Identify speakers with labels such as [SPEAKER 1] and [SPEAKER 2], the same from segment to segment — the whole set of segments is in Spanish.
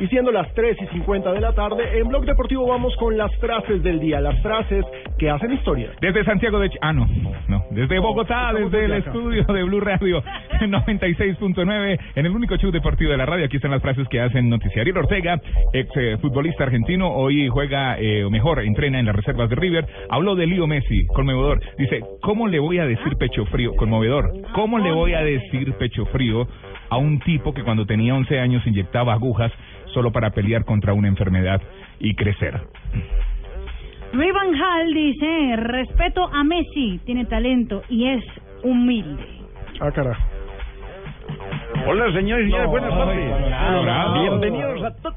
[SPEAKER 1] Y siendo las 3 y 50 de la tarde, en Blog Deportivo vamos con las frases del día, las frases que hacen historia.
[SPEAKER 2] Desde Santiago de... Ch- Ah, no, no. Desde Bogotá,
[SPEAKER 1] Oh, estamos
[SPEAKER 2] desde el
[SPEAKER 1] desde acá.
[SPEAKER 2] estudio de Blue Radio 96.9, en el único show deportivo de la radio. Aquí están las frases que hacen Noticiar. Ariel Ortega, ex eh, futbolista argentino, hoy juega, eh, o mejor, entrena en las reservas de River. Habló de Lío Messi, conmovedor. Dice, ¿cómo le voy a decir pecho frío? Conmovedor. ¿Cómo le voy a decir pecho frío a un tipo que cuando tenía 11 años inyectaba agujas solo para pelear contra una enfermedad y crecer?
[SPEAKER 3] Ray Van Hal dice, respeto a Messi, tiene talento y es humilde.
[SPEAKER 1] Ah, carajo.
[SPEAKER 4] Hola, señores y señoras, buenas tardes.
[SPEAKER 2] Colorado. Colorado.
[SPEAKER 4] Bienvenidos a toda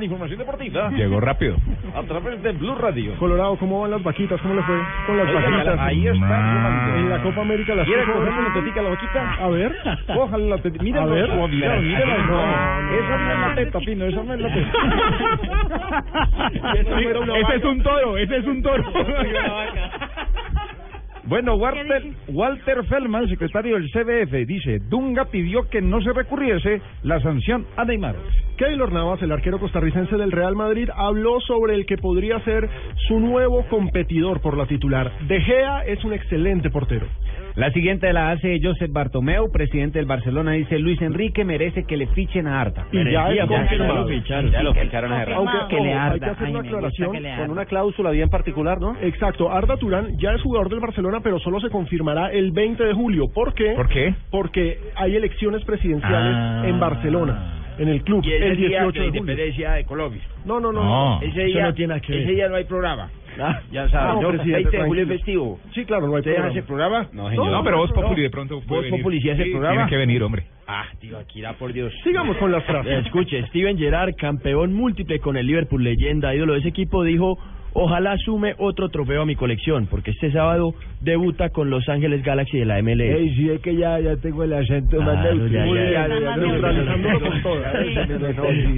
[SPEAKER 4] la información deportiva
[SPEAKER 2] Llegó rápido.
[SPEAKER 4] a través de Blue Radio.
[SPEAKER 1] Colorado, ¿cómo van las vaquitas? ¿Cómo le fue con las
[SPEAKER 4] Oiga,
[SPEAKER 1] vaquitas?
[SPEAKER 4] ahí está,
[SPEAKER 2] Ma.
[SPEAKER 1] En la Copa América las
[SPEAKER 4] ¿Quieres
[SPEAKER 1] cinco
[SPEAKER 4] coger
[SPEAKER 1] horas.
[SPEAKER 4] una tetica la vaquita?
[SPEAKER 1] A ver.
[SPEAKER 4] Cójale la tetica. Mira,
[SPEAKER 1] A ver.
[SPEAKER 4] no, mira, mira,
[SPEAKER 1] No, no, no.
[SPEAKER 4] Esa no es la teta, Pino, esa no es la teta. Esa no era una
[SPEAKER 2] Ese es
[SPEAKER 4] vaca.
[SPEAKER 2] un toro, ese es un toro.
[SPEAKER 4] Bueno, Walter, Walter Feldman, secretario del CBF, dice, Dunga pidió que no se recurriese la sanción a Neymar.
[SPEAKER 1] Keylor Navas, el arquero costarricense del Real Madrid, habló sobre el que podría ser su nuevo competidor por la titular. De Gea es un excelente portero.
[SPEAKER 5] La siguiente la hace Josep Bartomeu, presidente del Barcelona, dice Luis Enrique merece que le fichen a Arda.
[SPEAKER 1] Y ya es
[SPEAKER 5] ya
[SPEAKER 1] confirmado.
[SPEAKER 5] lo ficharon, ya lo ficharon a Arda.
[SPEAKER 1] Aunque
[SPEAKER 5] que le
[SPEAKER 1] ojo, hay
[SPEAKER 5] arda,
[SPEAKER 1] que hacer
[SPEAKER 5] ay,
[SPEAKER 1] una
[SPEAKER 5] me gusta
[SPEAKER 1] aclaración
[SPEAKER 5] que le
[SPEAKER 1] con
[SPEAKER 5] arda.
[SPEAKER 1] una cláusula bien particular, ¿no? Exacto. Arda Turán ya es jugador del Barcelona, pero solo se confirmará el 20 de julio. ¿Por qué?
[SPEAKER 2] ¿Por qué?
[SPEAKER 1] Porque hay elecciones presidenciales
[SPEAKER 2] Ah.
[SPEAKER 1] en Barcelona, en el club, el 18 de julio.
[SPEAKER 4] de Colombia.
[SPEAKER 1] No, no, no.
[SPEAKER 2] No.
[SPEAKER 1] no.
[SPEAKER 2] Ese
[SPEAKER 1] Eso no tiene nada que ver.
[SPEAKER 4] no hay programa.
[SPEAKER 1] ya sabes, yo- 20 de julio es
[SPEAKER 4] festivo.
[SPEAKER 1] Sí, claro, no hay problema.
[SPEAKER 4] programa? No,
[SPEAKER 2] No, pero Voz Populi de pronto puede venir.
[SPEAKER 4] Populi, ¿sí hace
[SPEAKER 2] Sí,
[SPEAKER 4] programa?
[SPEAKER 2] Tiene que venir, hombre.
[SPEAKER 4] Ah, tío, aquí da por Dios.
[SPEAKER 1] Sigamos con las
[SPEAKER 6] Eh,
[SPEAKER 1] frases.
[SPEAKER 6] Escuche, Steven Gerrard, campeón múltiple con el Liverpool, leyenda, ídolo de ese equipo, dijo, ojalá sume otro trofeo a mi colección, porque este sábado debuta con Los Ángeles Galaxy de la MLS.
[SPEAKER 4] sí, es que ya, ya tengo el acento
[SPEAKER 6] más neutro.
[SPEAKER 1] Muy bien,
[SPEAKER 6] ya,
[SPEAKER 3] ya,
[SPEAKER 1] neutralizándolo con todas.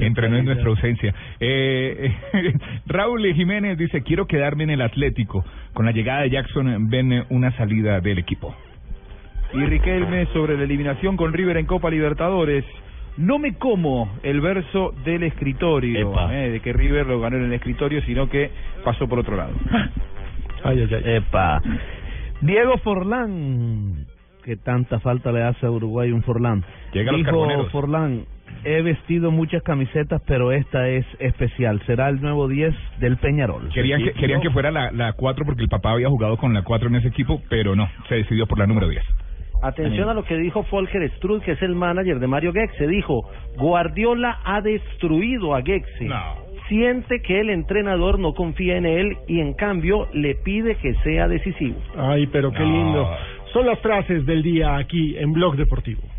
[SPEAKER 2] Entrenó en nuestra ausencia. Eh, eh, Raúl Jiménez dice, quiero quedarme en el Atlético. Con la llegada de Jackson ven una salida del equipo.
[SPEAKER 4] Y Riquelme sobre la eliminación con River en Copa Libertadores. No me como el verso del escritorio,
[SPEAKER 6] Epa.
[SPEAKER 4] eh, de que River lo ganó en el escritorio, sino que pasó por otro lado.
[SPEAKER 1] Ay, ay, ay.
[SPEAKER 6] Epa. Diego Forlán, que tanta falta le hace a Uruguay un Forlán.
[SPEAKER 2] Llega a los
[SPEAKER 6] Dijo
[SPEAKER 2] carboneros.
[SPEAKER 6] Forlán, he vestido muchas camisetas, pero esta es especial. Será el nuevo 10 del Peñarol.
[SPEAKER 2] Querían que, querían que fuera la, la 4 porque el papá había jugado con la 4 en ese equipo, pero no, se decidió por la número 10.
[SPEAKER 5] Atención a lo que dijo Folker Strud, que es el manager de Mario Goetze. Dijo, Guardiola ha destruido a Goetze.
[SPEAKER 2] No.
[SPEAKER 5] Siente que el entrenador no confía en él y en cambio le pide que sea decisivo.
[SPEAKER 1] Ay, pero qué
[SPEAKER 2] No.
[SPEAKER 1] lindo. Son las frases del día aquí en Blog Deportivo.